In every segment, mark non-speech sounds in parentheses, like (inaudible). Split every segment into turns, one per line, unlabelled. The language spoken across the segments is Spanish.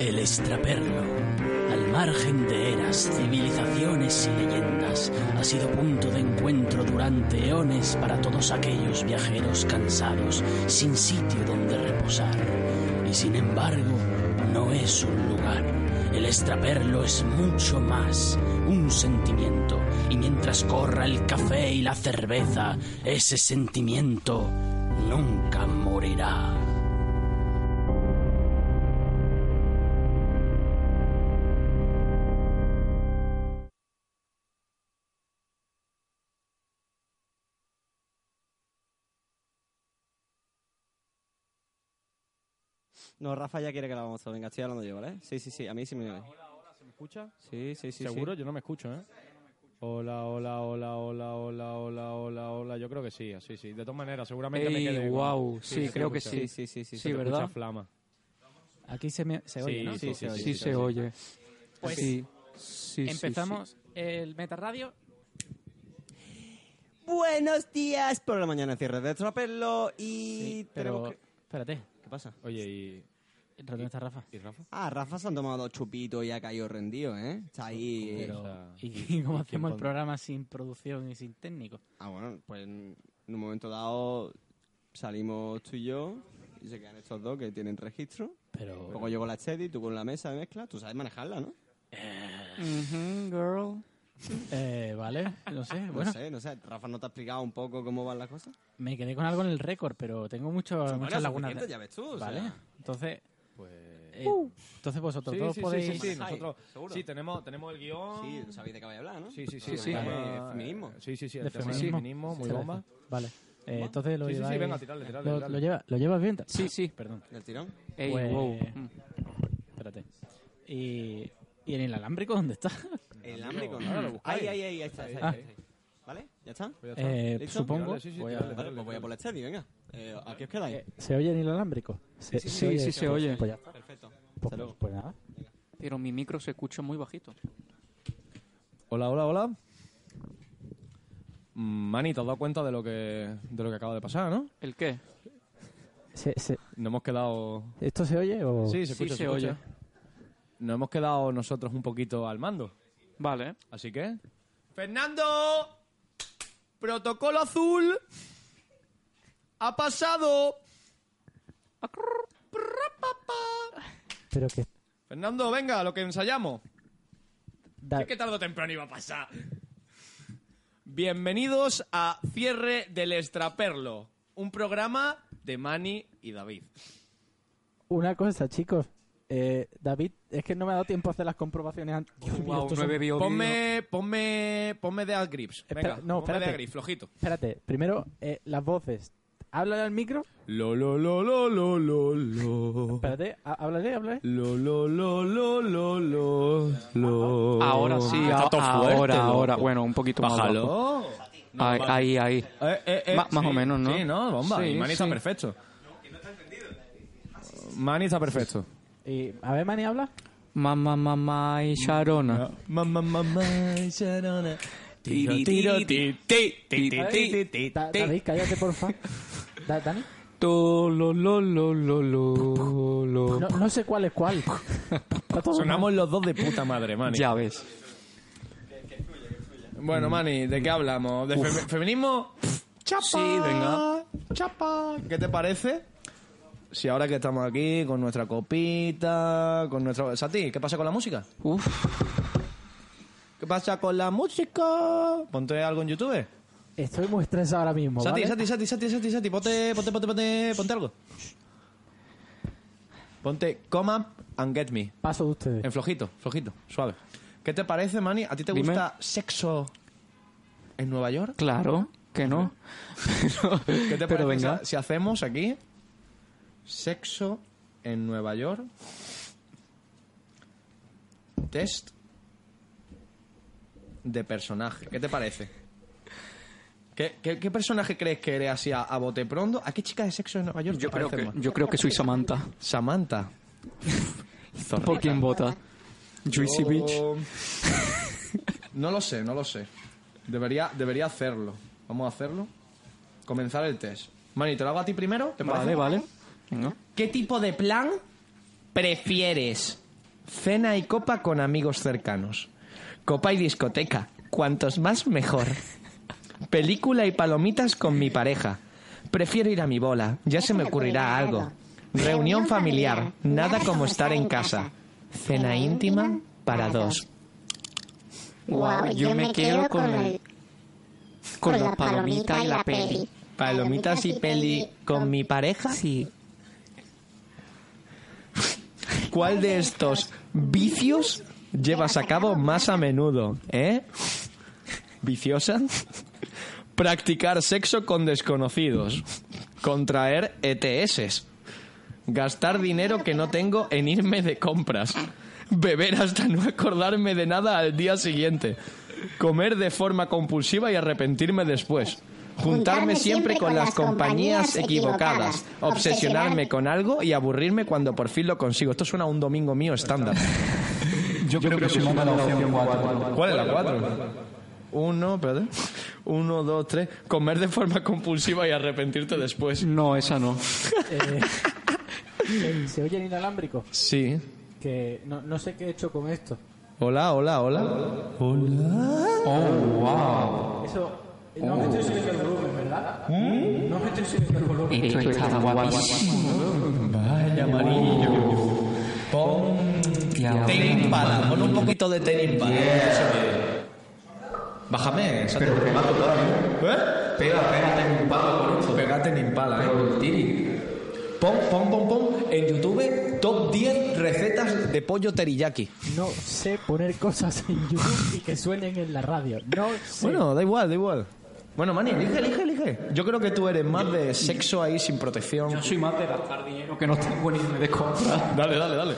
El extraperlo, al margen de eras, civilizaciones y leyendas, ha sido punto de encuentro durante eones para todos aquellos viajeros cansados, sin sitio donde reposar. Y sin embargo, no es un lugar. El extraperlo es mucho más, un sentimiento. Y mientras corra el café y la cerveza, ese sentimiento nunca morirá.
No, Rafa ya quiere que la vamos a. Venga, estoy hablando yo, ¿vale? Sí, sí, sí. A mí sí me viene.
¿Me escucha?
Sí, sí, sí.
¿Seguro? Yo no me escucho, ¿eh? Hola, hola, hola, hola, hola, hola, hola, hola. Yo creo que sí, sí, sí. De todas maneras, seguramente me
Ey,
quede igual.
guau. Sí,
se
creo que
escucha.
Sí, sí, sí,
Sí,
sí. sí.
Se te escucha
¿verdad?
flama.
Aquí se, me- se
Sí,
oye, ¿no?
sí, sí,
se oye.
Sí se oye.
Pues
sí. Sí, sí, sí.
empezamos el Meta Radio.
Buenos días por la mañana, cierre de Extrapelo y. tenemos
Pero,
que-
espérate,
¿Qué pasa?
Oye, ¿y,
¿dónde está Rafa?
y Rafa?
Ah, Rafa se han tomado dos chupitos y ha caído rendido, ¿eh? Está ahí.
Pero,
sea, (laughs)
¿y (laughs)
¿quién
cómo hacemos el
pon-
programa sin producción y sin técnico?
Ah, bueno, pues en en un momento dado salimos tú y yo y se quedan estos dos que tienen registro.
Pero,
Luego yo con la Chedi, tú con la mesa de mezcla. Tú sabes manejarla, ¿no?
Mhm, girl.
eh, vale,
(laughs)
no sé, bueno,
No sé, no sé. Rafa, ¿no te ha explicado un poco cómo van las cosas?
me quedé con algo en el récord, pero tengo mucho, muchas
Bueno,
lagunas.
suficiente,
de-
Ya ves tú, o sea.
Vale, entonces,
Pues...
eh, entonces vosotros
Sí,
todos
sí, sí, sí,
podéis...
sí,
manejar.
nosotros...
Seguro.
Sí, tenemos, tenemos el guión...
Sí, sabéis de qué voy a hablar, ¿no?
Sí, sí, sí.
Ah,
sí.
eh,
tema-
feminismo.
Sí, sí, sí. El
De
tema del
feminismo.
feminismo, muy
Sí,
bomba.
Vale, eh, entonces lo
Sí, sí, sí,
lleváis-
venga, tirale, tirale,
lo-
tirale.
lo lleva- ¿Lo llevas bien?
Sí, sí.
Perdón,
¿Del tirón?
Ey,
Pues-
wow.
espérate. ¿Y, y en el alámbrico dónde está?
El ámbrico.
Ahora lo
¿no?
buscáis.
Ahí, ahí, ahí, ahí está. ahí está,
Ah.
ahí está. ¿Vale? ¿Ya está?
Pues ya está.
Eh,
¿Listo?
supongo.
Dale, sí, sí,
voy a-
dale, dale.
Vale, pues voy a por la Chedi, venga. Eh, aquí os quedáis.
Eh, ¿Se oye en inalámbrico? Se-
sí, sí, sí, se oye.
Pues ya está.
Perfecto. Hasta
Pues,
luego.
pues nada.
Pero mi micro se escucha muy bajito.
Hola, hola, hola. Mm, Manny, ¿te has dado cuenta de lo que, de lo que acaba de pasar, no?
¿El qué?
Se- se-
No hemos quedado...
¿Esto se oye o...?
Sí, se
Sí,
escucha,
se
escucha.
oye.
Nos hemos quedado nosotros un poquito al mando.
Vale.
Así que... ¡Fernando! ¡Protocolo azul! ¡Ha pasado!
Pero que...
Fernando, venga, lo que ensayamos.
da-
Es que tarde o temprano iba a pasar. Bienvenidos a Cierre del Extraperlo, un programa de Manny y David.
Una cosa, chicos. Eh, David, es que no me ha dado tiempo a hacer las comprobaciones antes. Dios mío,
Wow,
estos
no he
son-
bebido vino.
Ponme, ponme, ponme de Al Grips. Venga,
Espera,
ponme de
no, espérate.
Al Grips, flojito.
Espérate, primero, eh, las voces. Háblale al micro.
Lo, lo, lo, lo, lo, lo, lo.
Espérate, há- háblale, háblale.
Lo, lo, lo, lo, lo, lo, lo. Ah,
Ahora sí,
Oh, Está
a-
todo
ahora,
fuerte, loco.
ahora. Bueno, un poquito más bajo.
Bájalo.
Ahí, ahí, ahí.
Eh, eh, eh,
Ma- más o menos, ¿no?
Sí, no, bomba.
Sí,
y Manny está
sí.
perfecto. Manny está perfecto.
Y, a ver, Mani, habla.
Mamá, mamá y
Ah.
Sharona.
Mamá, mamá, Sharona. Tiro, tiro, ti, ti, ti, ti, ti, ti,
Da-
ti.
David, cállate, porfa. Da- Dani.
To, lo, lo, lo, lo, lo, lo.
No, no sé cuál es cuál. Está todo
Sonamos los dos de puta madre, Manny.
Ya ves.
Bueno, Manny, ¿de qué hablamos? ¿De fe- feminismo? Chapa.
Sí, venga.
Chapa. ¿Qué te parece? Si ahora que estamos aquí con nuestra copita, con nuestra... Sati, ¿qué pasa con la música?
Uf.
¿Qué pasa con la música? Ponte algo en YouTube.
mal. Estoy muy estresado ahora
Pues
mismo,
Sati,
¿vale?
Sati, Sati, Sati, Sati, Sati, ponte, ponte, ponte, ponte, ponte algo. Ponte Come Up and Get Me.
Paso de ustedes.
En flojito, flojito, suave. ¿Qué te parece, Manny? ¿A ti te
Dime.
gusta sexo en Nueva York?
Claro. que no. Pero,
¿Qué te
pero
parece
venga.
si- si hacemos aquí sexo en Nueva York? Test de personaje. ¿Qué te parece? ¿Qué, qué, qué personaje crees que eres así a, a bote pronto? ¿A qué chica de sexo en Nueva York
Yo
te
creo,
parece
que,
más?
yo creo que soy Samantha.
Samantha.
¿Tú ¿Por quién vota? Juicy
Yo-
Beach.
(laughs) No lo sé, no lo sé. Debería, debería hacerlo. Vamos a hacerlo. Comenzar el test. Mani, ¿te lo hago a ti primero? ¿Te
Vale,
parece?
vale. Venga.
¿Qué tipo de plan prefieres? Cena y copa con amigos cercanos. Copa y discoteca. Cuantos más, (laughs) mejor. Película y palomitas con mi pareja. Prefiero ir a mi bola. Ya se me ocurrirá algo. Reunión familiar. Nada como estar en casa. Cena íntima para dos.
Guau, yo me quedo con, el- con la palomita y la peli.
Palomitas y peli con mi pareja.
Sí.
(laughs) ¿Cuál de estos vicios llevas a cabo más a menudo? ¿Eh? ¿Viciosa? Practicar sexo con desconocidos. Contraer ETS. Gastar dinero que no tengo en irme de compras. Beber hasta no acordarme de nada al día siguiente. Comer de forma compulsiva y arrepentirme después. Juntarme siempre con las compañías equivocadas. Obsesionarme con algo y aburrirme cuando por fin lo consigo. Esto suena a un domingo mío estándar.
Yo, creo, que soy Samantha.
¿Cuál es la 4? 1, espérate. 1, 2, 3. Comer de forma compulsiva y arrepentirte después.
No, esa no.
Eh, ¿se, Eh, se oyen inalámbricos?
Sí.
Que no, no sé qué he hecho con esto.
Hola, hola, Oh, hola.
Eso... No me estoy subiendo el volumen, ¿verdad? No me estoy subiendo el volumen.
Esto está guapísimo.
Vaya amarillo. Pon. Tenis pala. Pon un poquito de tenis pala. Bájame. Pero te mato ¿Eh? Pega, pégate en impala con esto. Pégate en impala, eh. Pon, pon, pon, pon en YouTube top 10 recetas de pollo teriyaki.
No sé poner cosas en YouTube y que suenen en la radio. No sé.
Bueno, da igual, da igual. Bueno, Mani, elige, elige, elige. Yo creo que tú eres más de sexo ahí sin protección.
Yo soy más de gastar dinero que no tengo ni me de compras.
Dale, dale, dale.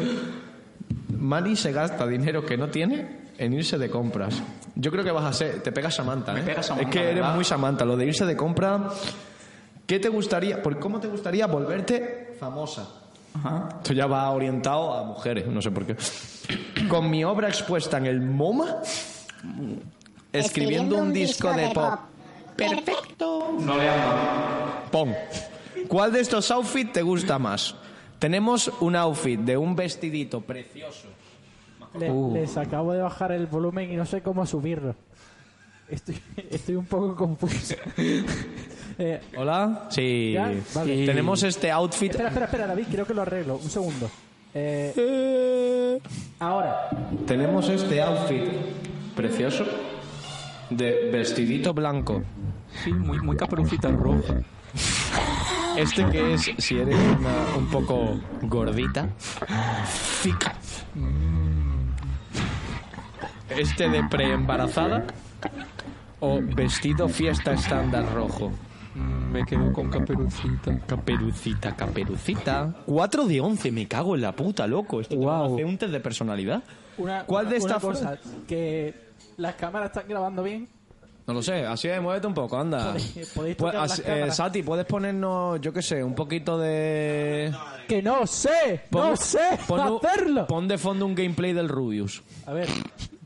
Mani se gasta dinero que no tiene en irse de compras. Yo creo que vas a ser. Te pegas Samantha, ¿eh?
pega Samantha,
Es que eres
¿verdad?
muy Samantha. Lo de irse de compras. ¿Qué te gustaría? ¿Por cómo te gustaría volverte famosa? Esto ya va orientado a mujeres, no sé por qué. Con mi obra expuesta en el MoMA, escribiendo un disco de pop. Perfecto.
No le amo.
Pon. ¿Cuál de estos outfits te gusta más? Tenemos un outfit de un vestidito precioso.
Le-
Uh.
Les acabo de bajar el volumen y no sé cómo subirlo. Estoy, (laughs) estoy un poco confuso. (laughs) Eh,
¿Hola? Sí.
¿Ya? Vale.
Sí. Tenemos este outfit.
espera, espera, espera, David, creo que lo arreglo. Un segundo. Eh,
Eh,
ahora,
Tenemos este outfit precioso de vestidito blanco.
Sí, muy, muy caperucita roja.
Este que es, si eres una- un poco gordita, fica. Este de preembarazada o vestido fiesta estándar rojo.
Mm, Me quedo con caperucita.
Caperucita, caperucita. 4 de 11, me cago en la puta, loco. Esto
Guau.
hace un test de personalidad.
una,
¿Cuál de
una- una
estas
cosa, que las cámaras están grabando bien.
No lo sé, así es, muévete un poco, anda.
Podéis-
Pues,
podéis tocar las
así- eh,
cámaras.
Sati, ¿puedes ponernos, yo qué sé, un poquito de...
Que no sé,
Pon-
no sé
pon un-
hacerlo.
Pon de fondo un gameplay del Rubius.
A ver,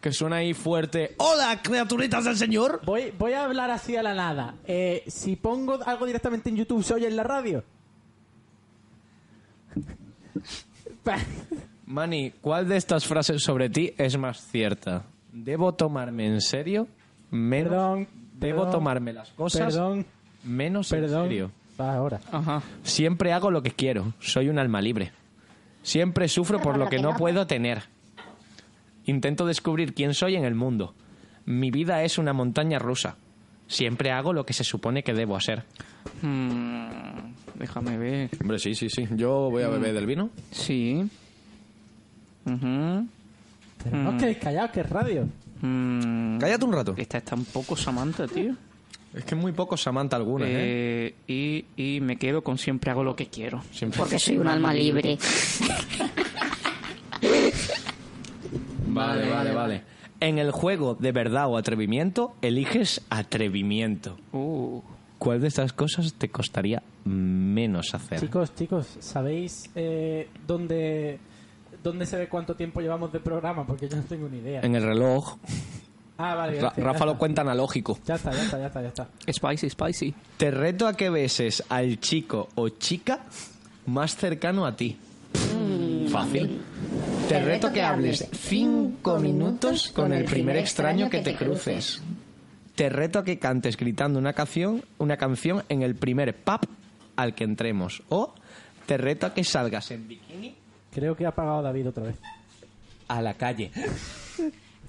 Que suena ahí fuerte. ¡Hola, criaturitas del señor!
voy, voy a hablar así a la nada. Eh, si pongo algo directamente en YouTube, ¿se oye en la radio?
Manny, ¿cuál de estas frases sobre ti es más cierta? ¿Debo tomarme en serio? Menos.
Perdón,
Debo
perdón,
tomarme las cosas
Perdón,
menos
perdón.
en serio.
Va ahora.
Ajá.
Siempre hago lo que quiero. Soy un alma libre. Siempre sufro por lo que no puedo tener. Intento descubrir quién soy en el mundo. Mi vida es una montaña rusa. Siempre hago lo que se supone que debo hacer.
Mm, déjame ver.
Hombre, sí, sí, sí. Yo voy a beber del vino.
Sí. Ujú.
Pero no os quedéis callados, que es radio.
Mm,
Cállate un rato.
Esta está un poco Samantha, tío.
Es que muy poco Samantha alguna, ¿eh?
Eh, y, y me quedo con siempre hago lo que quiero.
Siempre.
Porque soy un alma libre.
Vale, vale, vale. En el juego de verdad o atrevimiento, eliges atrevimiento.
Uh,
¿Cuál de estas cosas te costaría menos hacer?
Chicos, chicos, ¿sabéis eh, dónde, dónde se ve cuánto tiempo llevamos de programa? Porque yo no tengo ni idea.
En el reloj.
Ah, vale.
Ra-
gracias, ya
Rafa lo
está.
cuenta analógico.
Ya está, ya está, ya está, ya está.
spicy, spicy.
Te reto a que beses al chico o chica más cercano a ti. Fácil. Mm. Te reto que hables cinco minutos con el primer extraño que te cruces. Te reto a que cantes gritando una canción, una canción en el primer pub al que entremos. O te reto a que salgas en bikini
Creo que ha apagado David otra vez.
a la calle.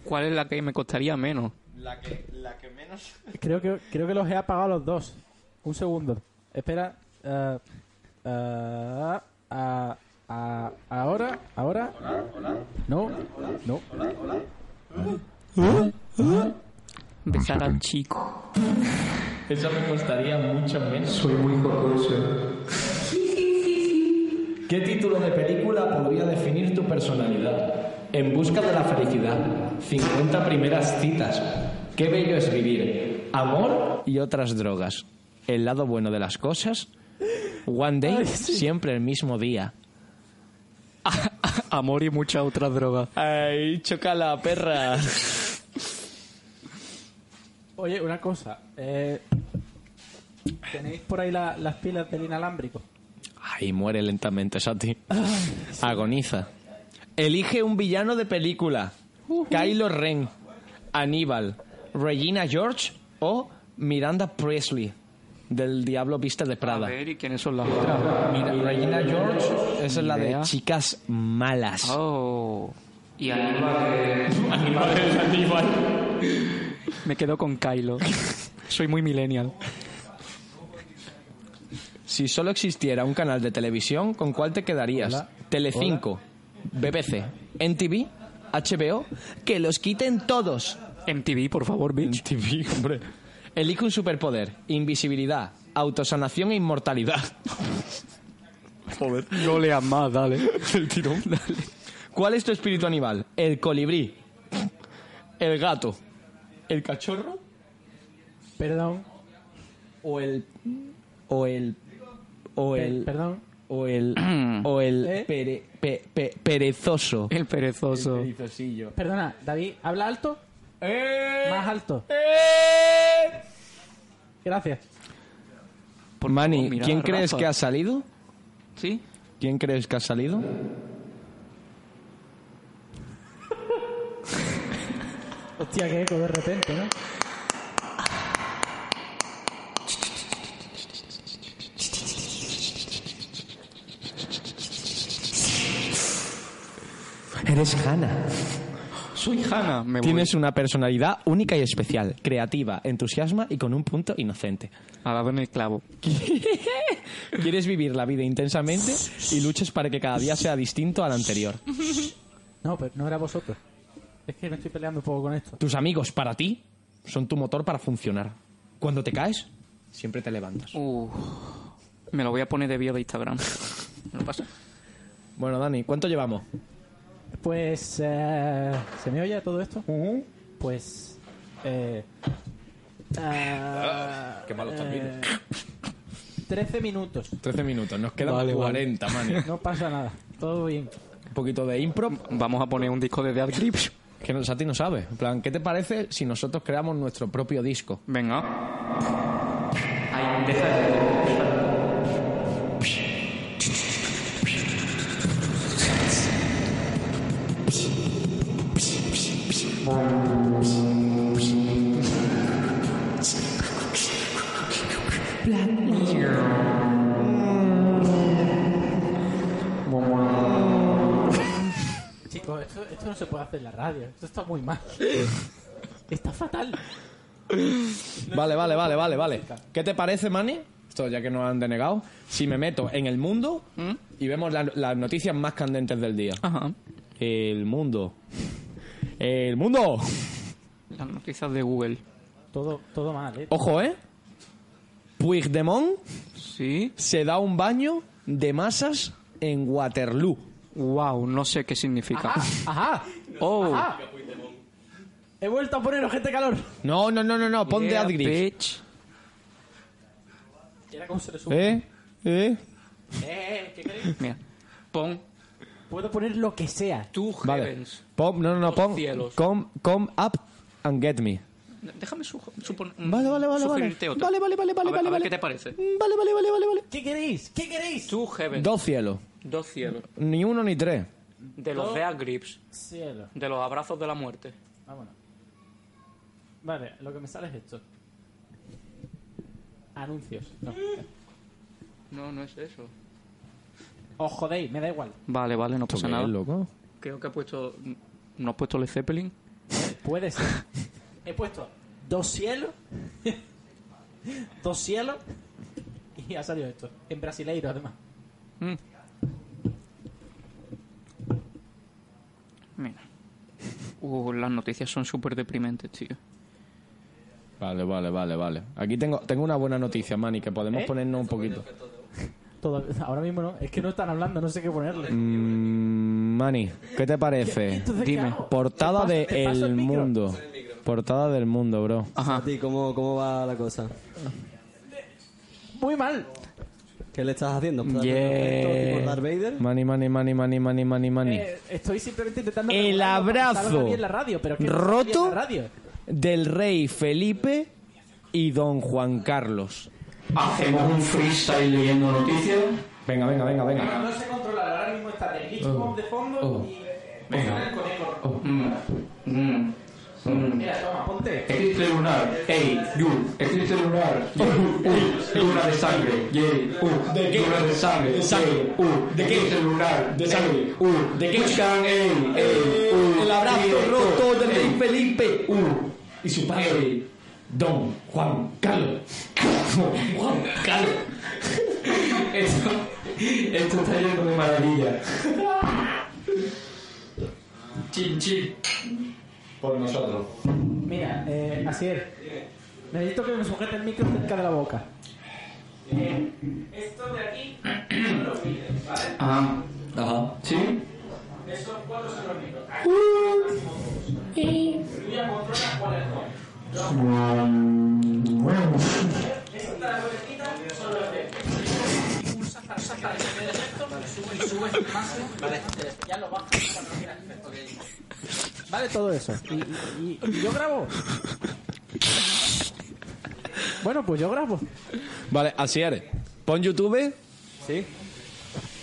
¿Cuál es la que me costaría menos?
La que, la que menos.
Creo que, creo que los he apagado a los dos. Un segundo. Espera. eh, eh, ah, ah, ahora, ahora. No, no.
Besar al chico.
Eso me costaría mucho menos. Soy muy jocoso. ¿Qué título de película podría definir tu personalidad? En busca de la felicidad. 50 primeras citas. Qué bello es vivir. Amor y otras drogas. El lado bueno de las cosas. One day, siempre el mismo día.
Amor y muchas otras drogas.
Ay, chocala, perra.
Oye, una cosa. eh, ¿Tenéis por ahí la- las pilas del inalámbrico?
Ay, muere lentamente, Sati. Agoniza. Elige un villano de película. Kylo Ren, Aníbal, Regina George o Miranda Presley del Diablo Vista de
A
Prada.
ver, ¿y quiénes son las otras?
Mira, Regina George esa es la de
Idea.
chicas malas.
Oh. Y Aníbal. (laughs) Me quedo con Kylo. Soy muy millennial.
Si solo existiera un canal de televisión, ¿con cuál te quedarías?
Hola.
Telecinco, BBC, NTV, HBO, que los quiten todos.
MTV, por favor, bitch.
TV, hombre. Elige un superpoder. Invisibilidad, autosanación e inmortalidad.
No leas más, dale. (laughs) El tirón, dale.
¿Cuál es tu espíritu animal? El colibrí. El gato. ¿El cachorro?
Perdón,
O el... O el... O
pe-
el...
Eh, perdón.
O el... O (clears throat) el...
¿Eh?
pere- pe- pe- perezoso.
El perezoso.
Perezosillo.
Perdona, David, ¿habla alto?
¡Eh!
Más alto. Gracias.
Por
Mani,
favor, mira,
¿quién crees
Rafa.
que ha salido?
¿Sí?
¿Quién crees que ha salido?
Hostia, qué eco de repente, ¿no?
Eres Hannah.
Soy Hanna. Me voy.
Tienes una personalidad única y especial, creativa, entusiasma y con un punto inocente.
A la en el clavo.
Quieres vivir la vida intensamente y luchas para que cada día sea distinto al anterior.
No, pero no era vosotros. Es que me estoy peleando un poco con esto.
Tus amigos para ti son tu motor para funcionar. Cuando te caes, siempre te levantas.
Uh, me lo voy a poner de bio de Instagram. No pasa.
Bueno, Dani, ¿cuánto llevamos?
Pues, eh, ¿se me oye todo esto? Pues, eh, ah,
Qué malos también.
13 minutos.
13 minutos, nos quedan
Vale, vale.
40, man.
No pasa nada. Todo bien.
Un poquito de impro.
Vamos a poner un disco de Dead Grips.
Que no- Sati no sabe. En plan, ¿qué te parece si nosotros creamos nuestro propio disco?
Venga.
Chicos, esto, esto no se puede hacer en la radio. Esto está muy mal. Está fatal.
Vale, vale, vale, vale, vale. ¿Qué te parece, Manny? Esto ya que nos han denegado. Si me meto en el mundo y vemos la- las noticias más candentes del día.
Ajá.
El mundo. El mundo.
Las noticias de Google.
Todo, todo mal, ¿eh?
Ojo, ¿eh? Puigdemont
Sí.
se da un baño de masas en Waterloo.
Wow, no sé qué significa.
¡Ajá!
Oh,
He vuelto a poner ojete calor.
No, no, no, no, no, ponte
yeah,
ad gris.
bitch.
Era como se resume.
¿Eh? ¿Eh?
Mira. Pon
Puedo poner lo que sea.
tu
Vale.
heavens.
Pon, no, no, no,
Los
pon.
cielos.
Come, come up and get me.
Déjame su supon- mm,
Vale, vale, vale, vale.
sugerirte otra.
Vale, vale, vale, vale,
A ver-
vale,
a ver
vale.
¿Qué te parece?
Vale, vale, vale, vale, vale.
¿Qué queréis? ¿Qué queréis?
Two heavens.
Dos cielos.
Dos cielos.
Ni uno ni tres.
De los Bear Grips.
Cielo.
De los abrazos de la muerte.
Vámonos. Vale, lo que me sale es esto. Anuncios. No.
No, no es eso.
Os jodéis, me da igual.
Vale, vale, no pasa
¿Qué
nada.
es, loco?
Creo que ha puesto... mm, ¿No ha puesto Led Zeppelin?
Puede ser. He puesto dos cielos. dos cielos. (laughs) Y ha salido esto. En brasileiro, además.
Mm. (laughs) Mira. Uh, las noticias son súper deprimentes, tío.
Vale, vale, vale, vale. Aquí tengo, tengo una buena noticia, Manny, que podemos
¿Eh?
ponernos un poquito.
Todo- ahora mismo no. Es que no están hablando, no sé qué ponerle.
Mm, Manny, ¿qué te parece?
(laughs) Entonces, ¿qué
dime.
hago?
Portada
¿Te
de
paso- te paso el
El
micro?
Mundo. Portada del Mundo, bro.
A ti, ¿cómo, ¿cómo va la cosa?
Muy mal.
¿Qué le estás haciendo? ¿Estás
Yeah.
haciendo esto tipo Darth Vader?
Manny, Manny, Manny, Manny, Manny, Manny, Manny.
Eh, estoy simplemente intentando.
El
regularlo para que
abrazo
salga bien la radio, pero es que no
roto.
salga bien la radio.
Del rey Felipe y don Juan Carlos.
Hacemos un freestyle leyendo noticias.
Venga, venga, venga, venga.
No se controla. Ahora mismo está de Hitchcock
Oh,
de fondo y.
Venga.
Con eco.
Mm, mm, mm.
Mira, toma, ponte.
Eclipse lunar. Ey, you. Eclipse lunar. You. Uh, luna de sangre. Yay. Uh, ¿De qué? Luna de sangre. De sangre. Uh, ¿de qué? Eclipse lunar. De sangre. Uh, ¿de qué? Buscan, ey, ey, uh, El abrazo roto del rey Felipe. Uh, y su padre. Don Juan Carlos. Don Juan Carlos. Esto, esto está yendo de maravilla. Chin, chin. Por nosotros.
Mira, eh, así es. Necesito que me sujete el micro cerca de la boca.
Ajá. Ajá. ¿Sí? Esos cuatro son los micros.
Vale todo eso. Y, y- y- y yo grabo. Bueno, pues yo grabo.
Vale, así eres. Pon YouTube. Sí.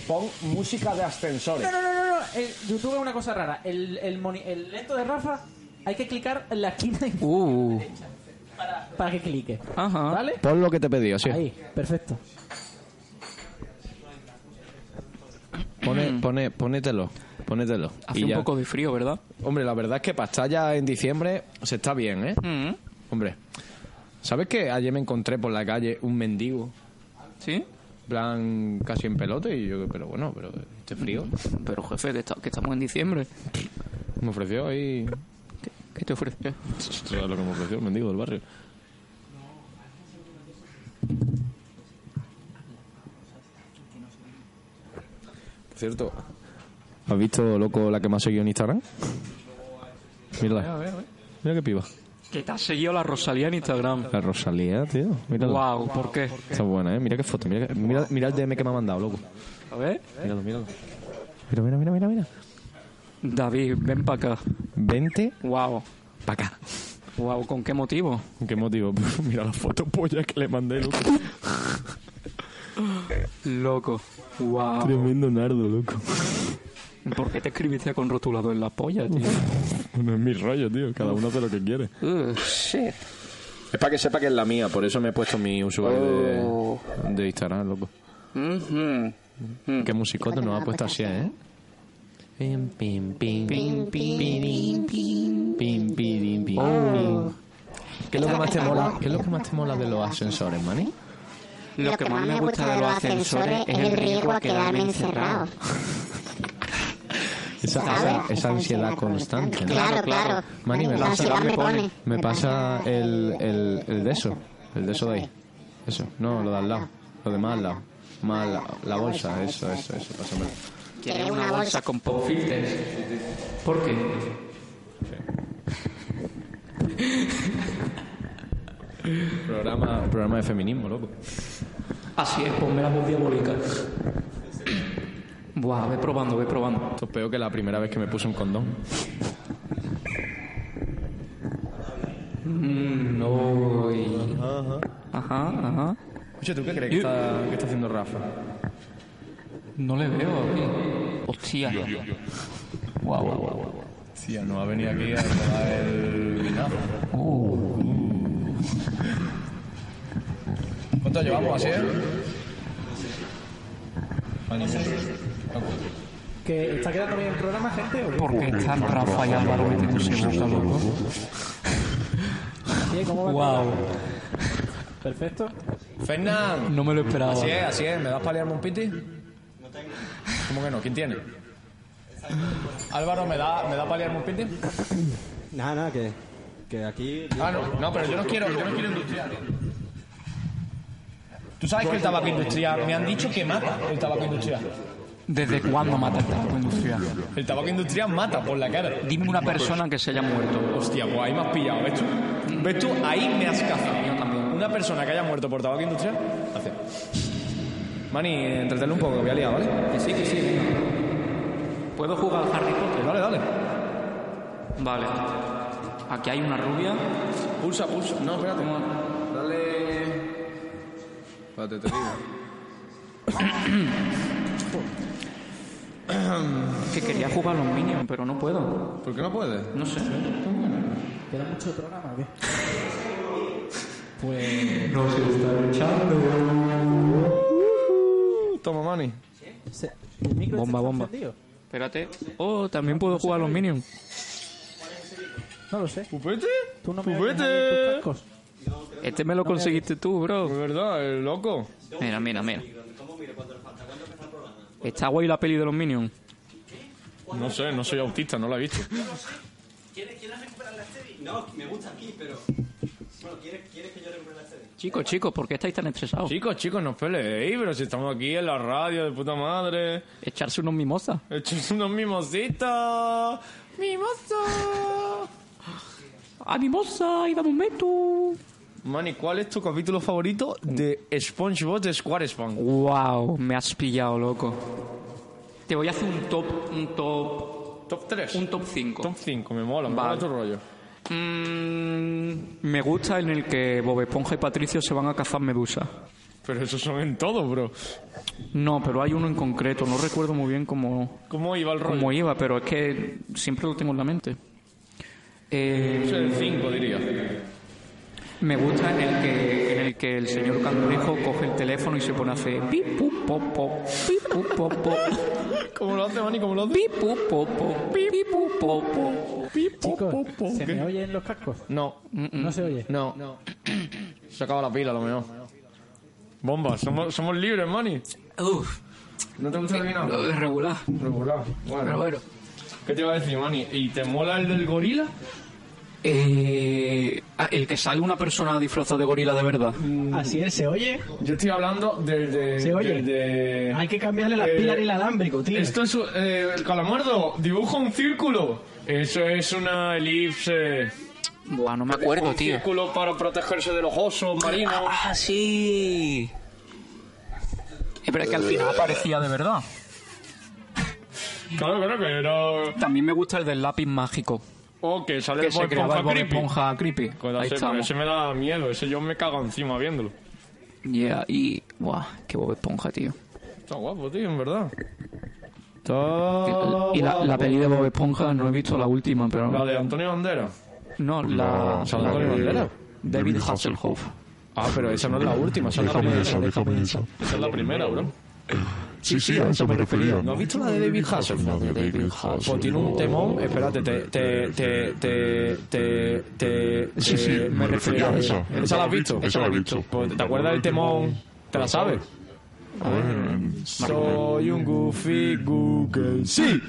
Pon música de ascensores.
No, no, no, no. no. Eh, YouTube es una cosa rara. El, el, moni- el lento de Rafa hay que clicar en la esquina y-
Uh,
para que clique.
ajá.
¿Vale?
Pon lo que te he pedido, sí.
Ahí, perfecto.
Pone, pone, ponételo. Ponételo.
Hace
Y
un
ya.
poco de frío, ¿verdad?
Hombre, la verdad es que pastalla en diciembre se está bien, ¿eh?
Mm,
Hombre. ¿Sabes que ayer me encontré por la calle un mendigo?
¿Sí?
en plan casi en pelote y yo, pero bueno, pero este frío.
Pero jefe, que, esta- que estamos en diciembre.
Me ofreció ahí
¿Qué, qué te ofrece?
todo lo que me ofreció el mendigo del barrio. Por cierto, ¿has visto, loco, la que más seguido en Instagram? Mírala. Mira qué piba.
Que te ha seguido la Rosalía en Instagram.
La Rosalía, tío. Mírala.
Wow, ¿por qué?
Está buena, ¿eh? Mira qué foto. Mira, qué- mira, mira el DM que me ha mandado, loco.
A ver.
Míralo, míralo. Mira, mira, mira, mira. mira.
David, ven para acá.
Vente
Wow.
pa' acá.
Wow, ¿con qué motivo?
¿Con qué motivo? (laughs) Mira la foto polla que le mandé, loco.
Loco. Wow.
Tremendo nardo, loco.
¿Por qué te escribiste con rotulado en la polla, tío?
(laughs) No es mi rollo, tío. Cada uno hace lo que quiere.
Uh, shit.
Es para que sepa que es la mía, por eso me he puesto mi usuario
Oh.
de, de Instagram, loco.
Mhm.
Qué musicote nos ha puesto así, ¿eh? Pim, pim, pim, pim, pim, pim, pim, pim, pim, pim. ¿Qué es lo que más te mola? ¿Qué es lo que más te mola de los ascensores, Manny?
Lo que más me gusta de los ascensores es el riesgo a quedarme encerrado.
Esa,
¿sabes?
esa, esa ansiedad constante, ¿no?
Claro, claro.
Mani, me
La
pasa-
ansiedad me pone.
Me pasa el, el, el de eso. El de eso de ahí. Eso, no, lo de al lado. Lo de más al lado. Más al lado. La bolsa, eso, eso, eso. Pásamelo.
Quiere una bolsa
con
O filters. ¿Por qué?
Programa, programa de feminismo, loco.
Así es, ponme la voz diabólica. Buah, ve probando, ve probando.
Esto es peor que la primera vez que me puse un condón.
Mm, no. y- Ajá, ajá.
Oye, ¿tú qué crees que está, que está haciendo Rafa?
No le veo a mí. Hostia. Guau, guau, guau.
Sí, no ha venido aquí a tomar el vinagre. Uh. ¿Cuánto llevamos así?
¿Que está quedando bien el programa, gente? ¿O qué?
Porque están Rafa y Álvaro metiéndose boca loco.
Sí, ¿Cómo va?
Guau.
Perfecto.
Fernán,
No me lo esperaba.
así es, así es. ¿Me vas a paliarme un piti? No tengo. ¿Cómo que no? ¿Quién tiene? Álvaro, ¿me da, ¿me da paliarme un piti?
Nada, nada, que, que aquí...
Ah, no, no, pero yo no quiero, yo no quiero industrial. Tú sabes que el tabaco industrial, me han dicho que mata el tabaco industrial.
¿Desde cuándo mata el tabaco industrial?
El tabaco industrial mata por la cara.
Dime una persona que se haya muerto.
Hostia, pues ahí me has pillado, ¿ves tú? ¿Ves tú? Ahí me has cazado. Una persona que haya muerto por tabaco industrial, hace. Mani, entretenlo un poco, que voy a liar, ¿vale?
Que sí, que sí, venga. ¿Puedo jugar al Harry Potter?
Pues Dale, dale.
Vale. Aquí hay una rubia.
Pulsa, pulsa. No, espérate.
¿Cómo?
Dale. Espérate, te digo.
Que quería jugar a los Minions, pero no puedo.
¿Por qué no puedes?
No sé.
¿Queda mucho programa o qué?
Uh, Toma, Mani.
Se- el micro
Bomba,
este está
bomba.
encendido.
Espérate. Oh, también puedo jugar a los Minions.
No lo sé.
¿Pupete?
Tú no me oyes
¡Pupete!
ahí en tus cascos.
Este me lo conseguiste tú, bro.
Es verdad, el loco.
Mira, mira, mira. Está guay la peli de los Minions.
No sé, no soy autista, no lo he visto.
Chicos, chicos, ¿por qué estáis tan estresados?
Chicos, chicos, no os peleéis, pero si estamos aquí en la radio de puta madre.
Echarse unos mimosas.
Hechos unos mimositos. ¡Mimoso!
¡Animosa! ¡Ah, ¡Y dame un metu!
Manny, ¿cuál es tu capítulo favorito de SpongeBob de SquarePants?
¡Wow! Me has pillado, loco. Te voy a hacer un top, un top,
Top 3.
un top 5.
Top 5, me mola, me
Vale.
mola tu rollo.
Mm, me gusta en el que Bob Esponja y Patricio se van a cazar medusas.
Pero esos son en todo, bro.
No, pero hay uno en concreto. No recuerdo muy bien cómo,
¿Cómo iba el rollo?
cómo iba, pero es que siempre lo tengo en la mente. Eh,
Es el 5, diría.
me gusta en el que en el que el señor Cangrejo coge el teléfono y se pone a hacer pi pu po po pi pu po po
¿Cómo lo hace, Manny? ¿Cómo lo hace?
pi pu po po pi pu po po pi pu
Chicos,
po po.
¿se me oyen los cascos?
No,
No se oye.
no. Se acaba la pila, a lo mejor. Bomba, somos, somos libres, Manny.
Uf,
¿No te gusta el
lo
vino?
de regular.
Regular.
Pero
Bueno.
bueno.
¿Qué te iba a decir, Manny? ¿Y te mola el del gorila?
Eh, ah, el que sale una persona disfrazada de gorila de verdad.
Mm.
Así es, se oye.
Yo estoy hablando del de...
¿Se oye?
del de-
Hay que cambiarle la
Eh,
pila al inalámbrico, tío.
Esto es eh, el calamardo, dibuja un círculo. Eso es una elipse.
Buah, no me acuerdo,
Un
tío.
círculo para protegerse de los osos marinos.
Ah, sí. Eh, Pero es que al final aparecía de verdad.
Claro, claro que era.
También me gusta el del lápiz mágico.
O que sale
Que
el Bob
se creaba
Esponja
el Bob
creepy.
Esponja creepy.
Cuando
Ahí
ese-
estamos.
ese me da miedo, ese yo me cago encima viéndolo.
Yeah, y... Buah, qué Bob Esponja, tío.
Está guapo, tío, en verdad. Oh,
Y la, la peli de Bob Esponja no he visto la última,
La
pero...
de Antonio Bandera.
No, la...
¿San Antonio
la de
Bandera?
David Hasselhoff.
Ah, pero esa no es la última, esa es la primera.
Esa, déjame esa.
Esa es la primera, bro.
Sí, sí, a eso me refería.
¿No has visto la de David Hasselhoff?
La de David Hasselhoff.
Pues tiene un temón. Espérate, te. te. te. te. te. te- te-
Sí, sí, me refería a esa.
¿Esa la has visto?
Esa la he visto.
Pues, ¿Te acuerdas del temón? ¿Te la sabes?
A ver, sí.
Soy un Goofy Google, sí.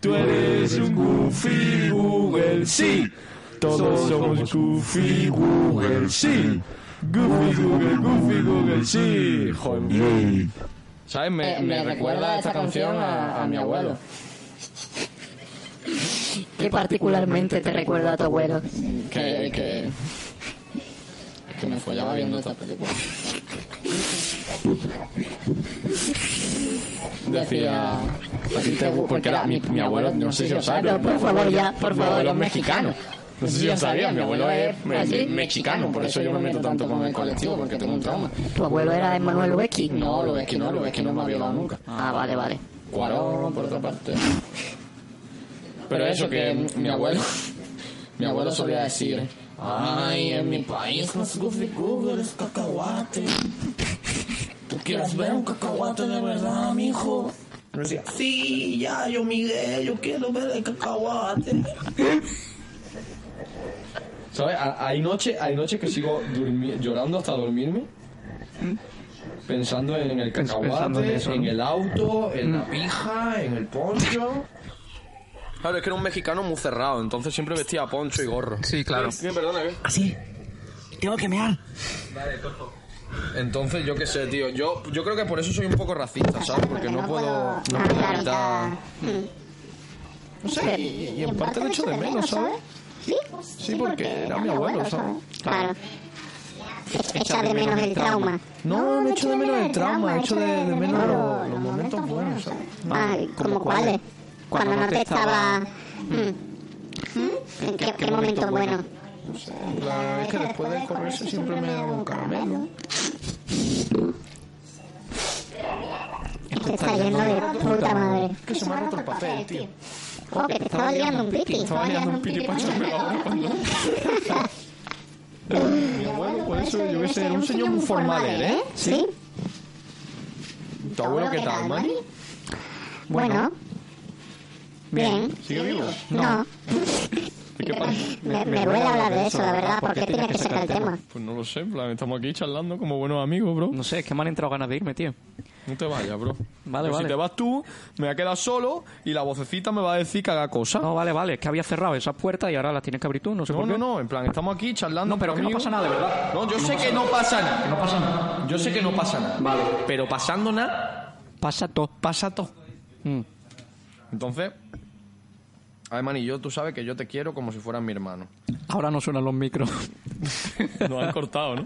Tú eres un Goofy Google, sí. Todos somos Goofy Google, sí. Goofy Google, Goofy Google, sí. Joder. ¿Sabes? Me,
Eh,
me recuerda esta canción a, a mi abuelo.
¿Qué particularmente te recuerda a tu abuelo?
Que, que, que me follaba viendo esta película. Decía, así te gu- porque era mi, mi abuelo, no sé si lo sabes.
No, por favor, ya, por
Mi
favor,
abuelo es
los
mexicano. No sé si lo sabía, mi abuelo es me-
¿Así?
mexicano, por eso yo me meto tanto con el colectivo, porque tengo un trauma.
¿Tu abuelo era Emanuel Becky?
No, lo ves que no, lo ves que no me ha violado nunca.
Ah, vale, vale.
Cuarón, por otra parte. Pero eso que mm, mi abuelo, mi abuelo solía decir, ay, en mi país no se goofy Google, es cacahuate. ¿Tú quieres ver un cacahuate de verdad, mijo? Y decía,
Sí, ya, yo Miguel, yo quiero ver el cacahuate.
¿Sabes? Ha- Hay noches hay noche que sigo durmi- llorando hasta dormirme. Pensando en el
Pens-
cacahuate,
Pues pensando
en,
en eso, ¿no?
el auto, en la
Mm.
pija, en el poncho. Claro, es que era un mexicano muy cerrado, entonces siempre vestía poncho y gorro. Sí, claro. perdona, ¿eh? ¿qué?
Así. Tengo que mear.
Entonces, yo qué sé, tío. Yo, yo creo que por eso soy un poco racista, ¿sabes? Porque no puedo... No puedo evitar-
No
sé, y- y mm. en parte lo echo de menos, ¿sabes?
Sí,
Sí, porque era mi abuelo, ¿sabes?
Claro. Echa de menos el trauma.
No, no echo de menos el trauma, echo de, de menos los, los momentos buenos, ¿sabes?
Ah, ¿Como cuáles? Cuando no te estaba... Mm. Mm. ¿En qué, qué momento bueno?
En plan, es que después del comercio siempre me daba un caramelo.
Te está yendo de puta madre.
Que se me ha roto el papel, tío.
Oh, que te estaba liando un piti.
Estaba liando un piripáchamelo ahora cuando... (laughs) Mi abuelo, por eso yo qué sé, era un señor muy formal, ¿eh?
¿Sí?
¿Tu abuelo qué tal, Manny?
Bueno. Bien.
¿Sigue vivo?
No.
¿Qué pasa?
Me, me duele hablar de eso, la verdad. ¿Por qué tienes que sacar el tema?
Pues no lo sé, en plan, estamos aquí charlando como buenos amigos, bro.
No sé, es que me han entrado ganas de irme, tío.
No te vayas, bro.
Vale,
Que
vale.
Si te vas tú, me voy a quedar solo y la vocecita me va a decir que haga cosas.
No, vale, vale, es que había cerrado esas puertas y ahora las tienes que abrir tú, no sé
No,
por qué.
no, no, en plan, estamos aquí charlando.
No, pero que no
conmigo.
pasa nada, de verdad.
No, yo
No
sé
pasa
que no
nada.
pasa nada.
No pasa nada.
Yo sé que no pasa nada. Vale. Pero pasando nada.
Pasa todo.
Pasa todo.
Mm.
Entonces. A ver, Manny, yo, tú sabes que yo te quiero como si fueras mi hermano.
Ahora no suenan los
(laughs)
micros.
Nos han cortado, ¿no?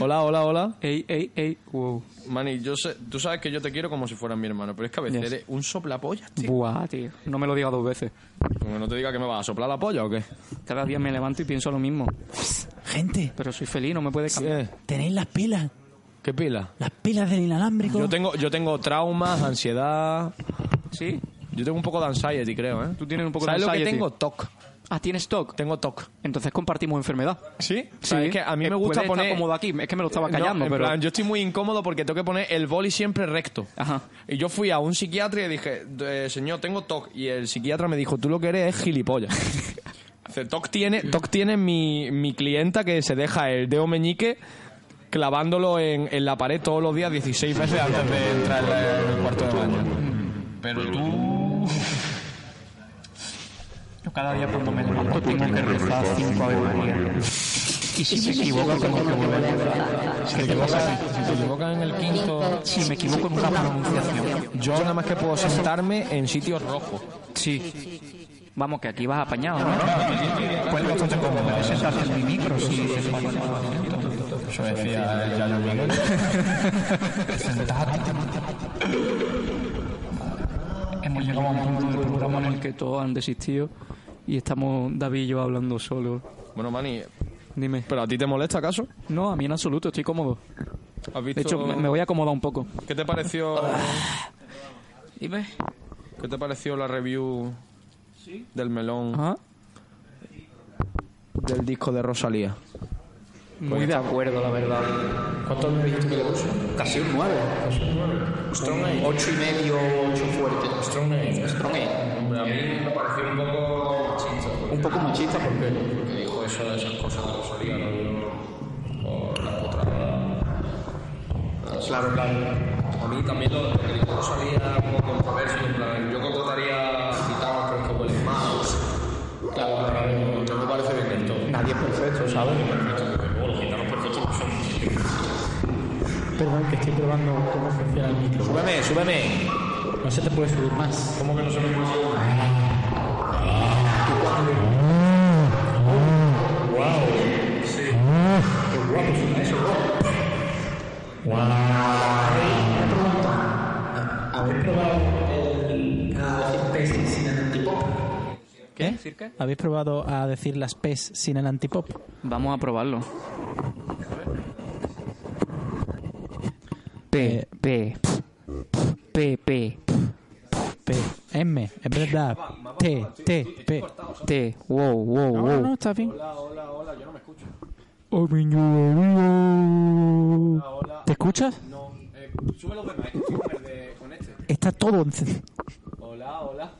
Hola, hola, hola.
Ey, ey, ey, wow.
Manny, yo sé, tú sabes que yo te quiero como si fueras mi hermano, pero es que a veces
Yes.
eres un soplapollas, tío.
Buah, tío. No me lo digas dos veces.
Como no te diga que me vas a soplar la polla o qué.
Cada día me levanto y pienso lo mismo.
Gente,
Pero soy feliz, no me puede cambiar.
Ah.
¿tenéis las pilas?
¿Qué pila?
Las pilas del inalámbrico.
Yo tengo, yo tengo traumas, ansiedad.
¿Sí?
Yo tengo un poco de anxiety, creo, ¿eh?
Tú tienes un poco de
¿Sabes lo que
anxiety.
tengo? TOC.
Ah, ¿tienes TOC?
Tengo TOC.
Entonces compartimos enfermedad.
¿Sí? O
Sí,
sea, es que a mí
eh,
me gusta
puede estar
poner.
cómodo aquí. Es que me lo estaba
No,
callando,
en
pero...
plan, yo estoy muy incómodo porque tengo que poner el boli siempre recto.
Ajá.
Y yo fui a un psiquiatra y dije, "Eh, señor, tengo TOC. Y el psiquiatra me dijo, tú lo que eres es gilipollas. (laughs) Dice, TOC tiene, TOC tiene mi, mi clienta que se deja el dedo meñique clavándolo en, en la pared todos los días 16 veces antes de entrar en el cuarto de baño. Pero tú...
Yo cada día cuando me levanto tengo que rezar cinco Ave María. Y si me equivoco tengo que volver a rezar.
Te equivocas, te equivocas en el quinto...
Si me equivoco en una pronunciación.
Yo nada más que puedo sentarme en sitios rojos.
Sí. Vamos, que aquí vas apañado, ¿no? Pues bastante cómodo. Puedes sentarte en mi micro si dices
Yo decía, eh, ya yo llegué.
Hemos llegado a un punto del programa en el que todos han desistido y estamos David y yo hablando solo.
Bueno, Manny,
Dime.
¿pero a ti te molesta acaso?
No, a mí en absoluto, estoy cómodo.
¿Has
De
visto...
hecho, me me voy a acomodar un poco.
¿Qué te pareció...
Dime.
¿Qué te pareció la review del melón
Ajá.
del disco de Rosalía?
Muy de acuerdo, la verdad.
Pues ¿Cuántos me dijiste que le puso? Casi un 9. Strong 8 y medio, 8 fuerte. Strong 8. Strong A mí me pareció un poco machista. Un poco machista porque... Porque dijo eso de esas cosas de Rosalía, ¿no? O la otra. Claro, claro. A mí también lo lo que dijo Rosalía era como controversia. En plan, yo contrataría guitarras con que huelen más. Claro, claro. No me parece bien esto. Nadie es perfecto, ¿sabes? Los gitanos perfectos son
Perdón, que estoy probando cómo funciona el micro.
Súbeme, súbeme.
No se te puede subir más.
¿Cómo que no se me puede subir
Wow. Sí. Qué guapo suena eso, ¿no?
¿Habéis probado el a decir pez sin el antipop?
¿Qué? ¿Habéis probado a decir las P's sin el antipop?
Vamos a probarlo.
P,
P, P, P,
P, M, en verdad. T, T, P.
T, wow, wow,
No,
wow.
no, no, está bien.
Oh, mi ño, oh, mi ño.
¿Te escuchas?
No, eh, sube los demás, con el de- con este.
Está todo encendido.
Hola, hola.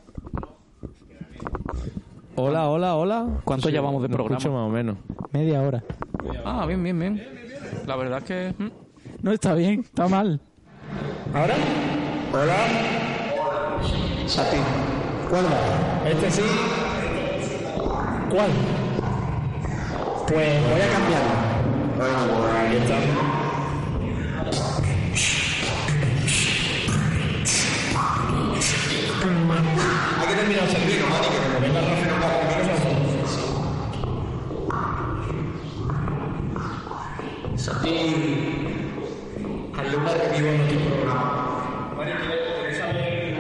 Hola, hola, hola.
¿Cuánto llevamos de
no
programa?
Escucho más o menos.
(laughs) Media hora.
Ah, bien, bien, bien. La verdad es que... mm.
No está bien, está mal.
¿Ahora? ¿Ahora? Sati. ¿Cuál va? Este sí. ¿Cuál? Pues voy a cambiarlo. Aquí está. Hay que terminar el servicio, Mati, que me venga Rafa y nos va a comer cosas. Sati. Alumna de vivo en tu programa. Mari, ¿quieres saber?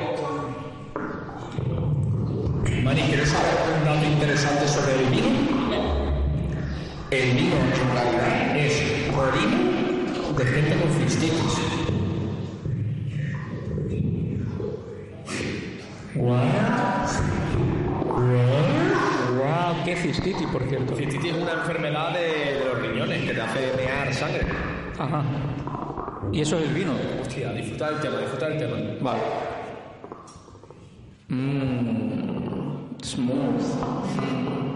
Mari, ¿quieres saber un dato interesante sobre el vino? El vino en realidad es orino de gente con cistitis.
Wow. Wow, qué cistitis, por cierto.
Cistitis es una enfermedad de, de los riñones que te hace mear sangre.
Ajá. Y eso es el vino.
Hostia, disfruta del tema, disfruta del tema.
Vale. Mmm. Smooth.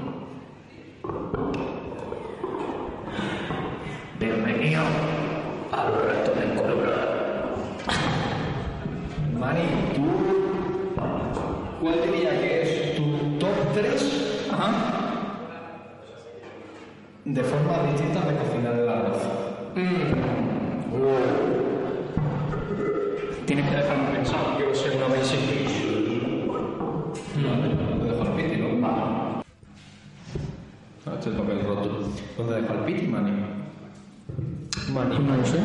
Bienvenido al reto del colorado. Mari, ¿tú cuál diría que es tu top 3 de formas distintas de cocinar el arroz?
Tienes que dejarme pensar.
Yo sé una vez ¿Dónde dejo el piti, no? Vale. Ah, este es el papel roto. ¿Dónde dejo el piti, Mani? Mani. No lo sé.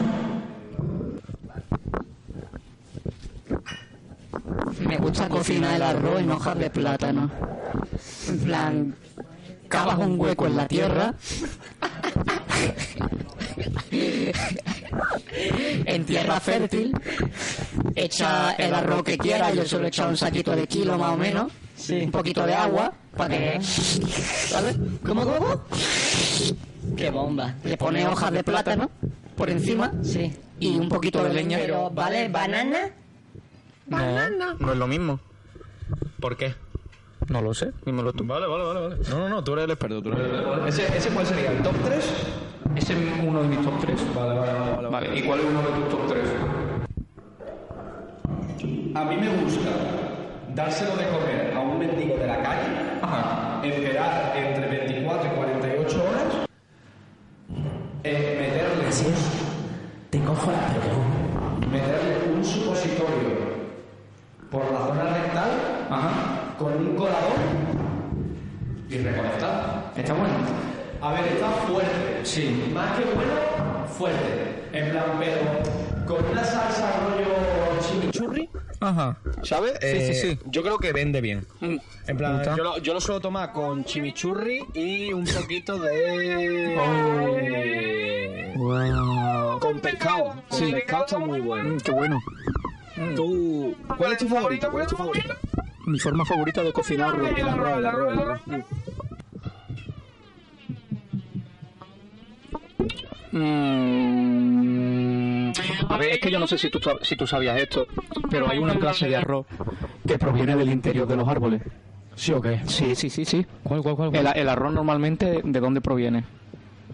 Me gusta cocinar el arroz en hojas de plátano. En plan, cavas un hueco en la tierra. en tierra fértil. Echa el arroz que quiera. Yo solo he echado un saquito de kilo más o menos. Un poquito de agua. Para que... ¿Sabes? ¿Cómo, cómo? ¡Qué bomba! Le pone hojas de plátano por encima. Sí. Y un poquito de leña. Pero, ¿vale? ¿Banana?
No, no es lo mismo. ¿Por qué?
No lo sé.
Dímelo tú. Vale, vale, vale. vale.
No, no, no, tú eres el experto. Tú eres el experto.
¿Ese, ¿Ese cuál sería? ¿El top 3?
Ese es uno de mis top 3.
Vale, vale, vale. vale,
Vale,
vale. ¿Y
¿y
cuál es uno de tus top 3? A mí me gusta dárselo de comer a un mendigo de la calle, esperar entre 24 y 48 horas, eh, meterle,
Te cojo la peluca.
meterle un supositorio por la zona rectal con un colador y reconectar.
Está bueno.
A ver, está fuerte. Sí. Más que bueno, fuerte. En plan, pero con una salsa rollo chimichurri.
Ajá.
¿Sabes?
Eh,
Yo creo que vende bien. En plan,
Puta.
yo lo, yo lo suelo tomar con chimichurri y un poquito de.
Oh.
Con pescado. Con pescado está muy bueno.
Mm,
Mm.
Qué bueno.
Tú- ¿Cuál es tu favorito? ¿Cuál es tu favorito?
Mi forma favorita de cocinar
El arroz, el arroz, el arroz.
Mm, A ver, es que yo no sé si tú, sab- si tú sabías esto, pero hay una clase de arroz que proviene del interior de los árboles. ¿Sí o qué? Sí, sí, sí, sí.
¿Cuál, cuál, cuál? cuál?
El, el arroz normalmente, ¿de dónde proviene?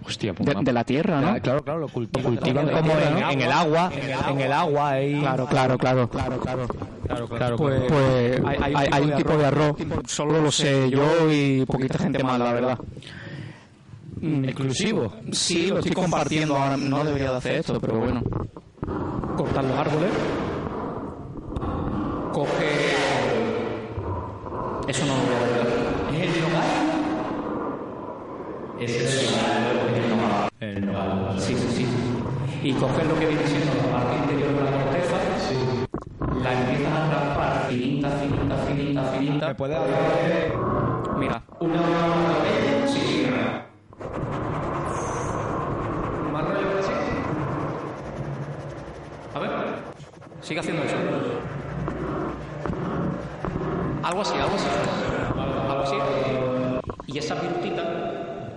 Hostia, pues,
De,
una-
de la tierra, ¿no?
Ah, Claro, claro, lo cultivan,
cultivan
Lo
como
cultivan
en-
en el agua, en el agua, ahí.
Claro, claro, claro. Claro, claro.
Claro, claro.
Pues, hay, hay un tipo de arroz, solo lo sé yo y poquita gente más, la verdad. Mm,
exclusivo.
Sí, lo estoy compartiendo ahora. No debería de hacer esto, pero bueno. cortar los árboles, coger. Eso no lo voy a ver. ¿Es el nogal? Ese es el nogal. El nogal. Sí, sí, sí. Y coger lo que viene siendo la parte interior de la corteza, la empiezas a trampar finita, finita, finita, finita. ¿Me puede Mira. Una mano de Sí, sí, mira. ¿Más rollo que así? A ver. Sigue haciendo eso. Algo así, algo así. Algo así. Y esa virutitas,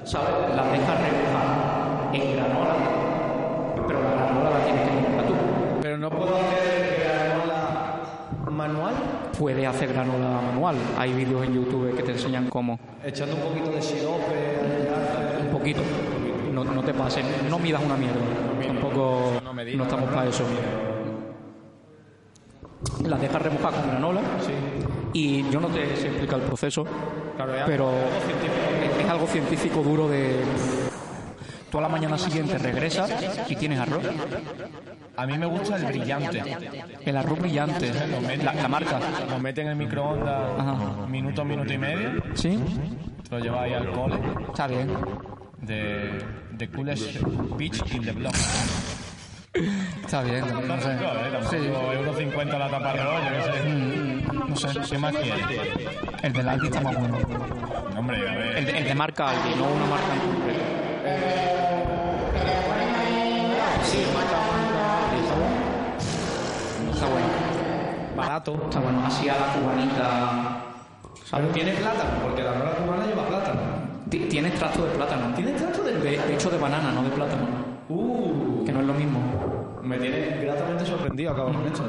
¿sabes? Las dejas remojar en granola. Pero la granola la tienes que comprar tú. Pero no puedo hacer granola manual. Puede hacer granola manual. Hay vídeos en YouTube que te enseñan cómo.
Echando un poquito de sirope.
Un poquito. No, no te pases. No midas una mierda. Tampoco no estamos para eso. Las dejas remojar con granola. Y yo no te sé explicar el proceso. pero es- es algo científico duro de. Tú a la mañana siguiente regresas y tienes arroz.
A mí me gusta el brillante.
El arroz brillante. La, la marca.
Lo meten en el microondas minuto, minuto y medio.
Sí.
Lo lleva ahí al cole.
Está bien.
De, de coolest bitch in the block.
Está bien. No sé.
Sí. Euro 50 la tapa rollo, no sé.
No sé.
¿Qué más quieres?
El de Aldi está más bueno.
Hombre, a ver.
El de, el de marca Aldi, no una marca en concreto. Sí, Está bueno. Barato. Está bueno. Así a la cubanita. ¿Sabes?
Tiene plátano, porque la rola cubana lleva plátano.
Ti- Tiene extracto de plátano. Tiene extracto de... De hecho de banana, no de plátano. Uh. Que no es lo mismo.
Me tiene gratamente sorprendido acabo con esto, ¿eh?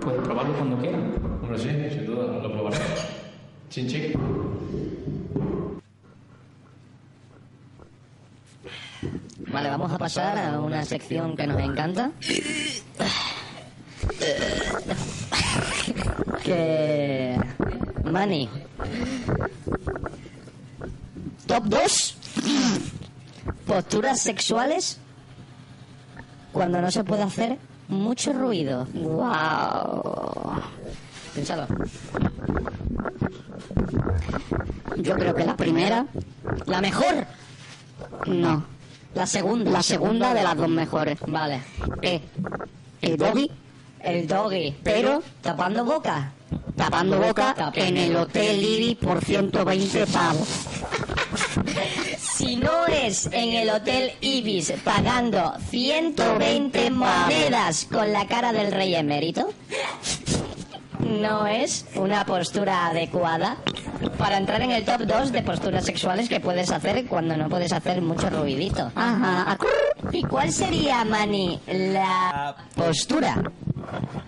Puedes Pues probarlo cuando quieras.
Hombre, sí, sin duda, lo probaré. Chin chin.
Vale, vamos a pasar a una sección que nos (laughs) encanta. Que. Manny. Top 2. Posturas sexuales cuando no se puede hacer mucho ruido. ¡Wow! Piénsalo. Yo creo que la primera, la mejor. No. La segunda, la segunda de las dos mejores. Vale. Eh, el doggy, el doggy, pero tapando boca. Tapando boca en el Hotel Ibis por 120 pavos. (laughs) Si no es en el Hotel Ibis pagando 120 monedas con la cara del rey emérito, no es una postura adecuada para entrar en el top 2 de posturas sexuales que puedes hacer cuando no puedes hacer mucho ruidito. Ajá. acurr. ¿Y cuál sería, Mani, la postura?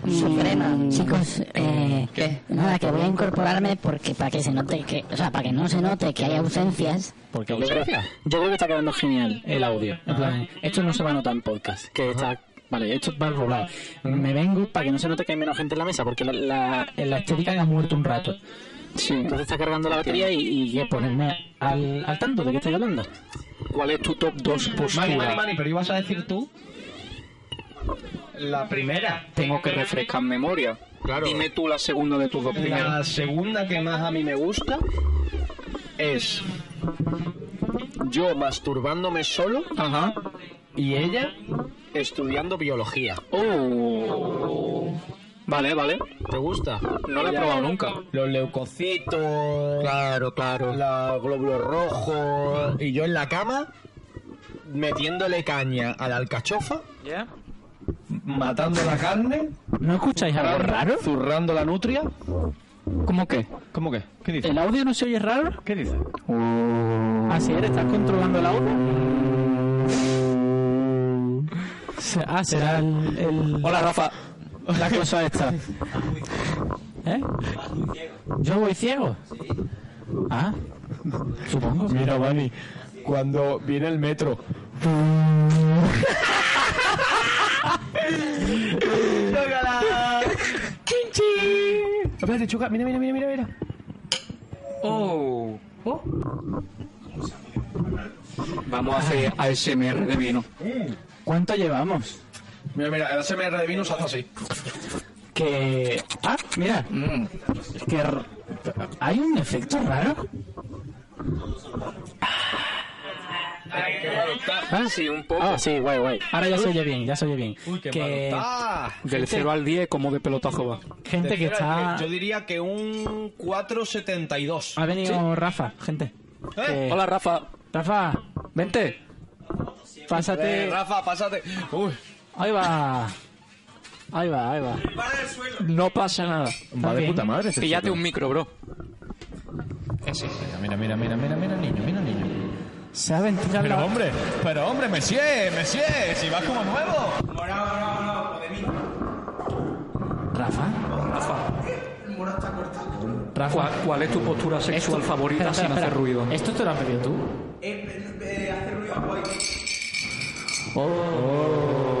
Suprema. Mm, Chicos, eh, nada, que voy a incorporarme porque para que se note que, o sea, para que no se note que hay ausencias.
¿Por
qué
yo creo,
ausencia?
yo creo que está quedando genial el audio. En plan, esto no se va a notar en podcast. Que está, vale, esto va a rolar. Me vengo para que no se note que hay menos gente en la mesa, porque la, la, la estética ha muerto un rato. Sí. Entonces está cargando la batería y, y ponerme al, al tanto de qué estoy hablando. ¿Cuál es tu top 2 postura?
Mani, Mani, Mani, pero ibas a decir tú. La primera.
Tengo que refrescar memoria. Claro. Dime tú la segunda de tus dos
La segunda que más a mí me gusta es yo masturbándome solo y ella estudiando biología.
Oh. Vale, vale.
¿Te gusta?
No la he probado nunca.
Los leucocitos. Claro, claro. Los glóbulos rojos. Y yo en la cama metiéndole caña a la alcachofa.
¿Ya?
Matando la carne.
¿No escucháis algo raro?
Zurrando la nutria.
¿Cómo qué?
¿Cómo qué? ¿Qué dices?
¿El audio no se oye raro?
¿Qué dices?
Así eres, ¿estás controlando el audio? Se- Ah, será el, el-
Hola, Rafa.
La cosa esta. ¿Eh? ¿Yo voy ciego? Ah, supongo.
Mira, Manny, cuando viene el metro.
¡Chócala! ¡Chinchi! Espérate, choca. Mira, mira, mira, mira, mira.
Oh. Oh. Vamos a hacer ASMR de vino.
¿Cuánto llevamos?
Mira, mira, el ASMR de vino se hace así.
Que. Ah, mira. Que. r- Hay un efecto raro. Ah, sí, un poco. Ah, sí, guay, guay. Ahora ya se oye bien, ya se oye bien.
Uy, qué
que...
malo está.
Del
Gente-
0 al 10, como de pelotazo va.
Gente que
Espera,
está.
Yo diría que un 472.
Ha venido Rafa, gente.
¿Eh?
Hola, Rafa. Rafa, vente. Pásate.
Eh, Rafa, pásate. Uy.
Ahí va. Ahí va, ahí va. No pasa nada.
Va de puta madre. este
Píllate
sitio.
un micro, bro.
Mira, mira, mira, mira, mira, niño, mira, niño.
Se ha ventilado.
Pero hombre, pero hombre, monsieur, monsieur, si vas como nuevo.
Rafa.
Rafa.
Rafa.
¿Cuál, cuál es tu postura sexual favorita
Espera,
sin
(laughs) espera,
hacer
espera.
ruido?
¿Esto te lo has pedido tú?
(laughs)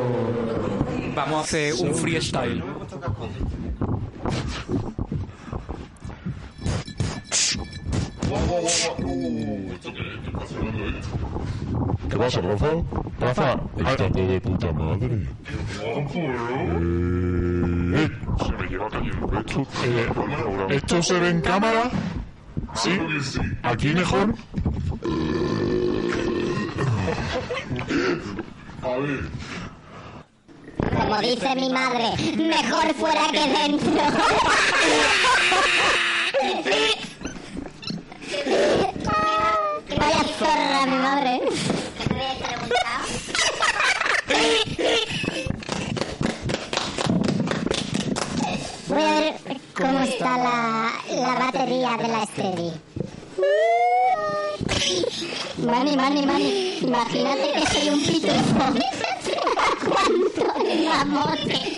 Vamos a hacer un freestyle.
¿Qué pasa, Rafa? Rafa, está todo de puta madre. Eh, se me lleva cayendo esto. eh, ¿Esto se ve en cámara? Sí. ¿Aquí mejor? A ver.
Como dice mi madre, (laughs) mejor fuera que dentro. (laughs) Vaya zorra, mi madre. Voy a ver cómo está la, la batería de la Steady. Mani, mani, mani, imagínate que soy un pitufo. ¿Cuánto de mamote?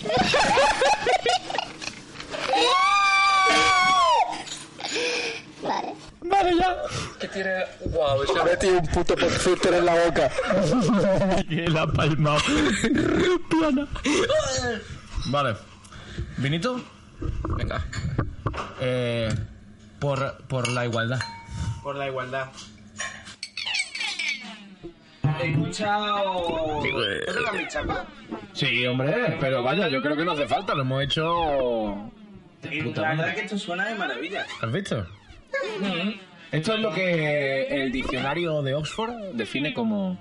Vale.
Vale, ya.
Que tiene. Wow,
Se ha metido un puto perfilter en la boca.
Que la ha (laughs) palmado.
Plana.
Vale. ¿Vinito? Venga. Eh, por, por la igualdad.
Por la igualdad. He escuchado. ¿Esa era mi chapa?
Sí, hombre, pero vaya, yo creo que no hace falta, lo hemos hecho.
Y
Puta
la verdad
madre.
es que esto suena de maravilla.
¿Has visto?
¿eh?
Esto es lo que el diccionario de Oxford define como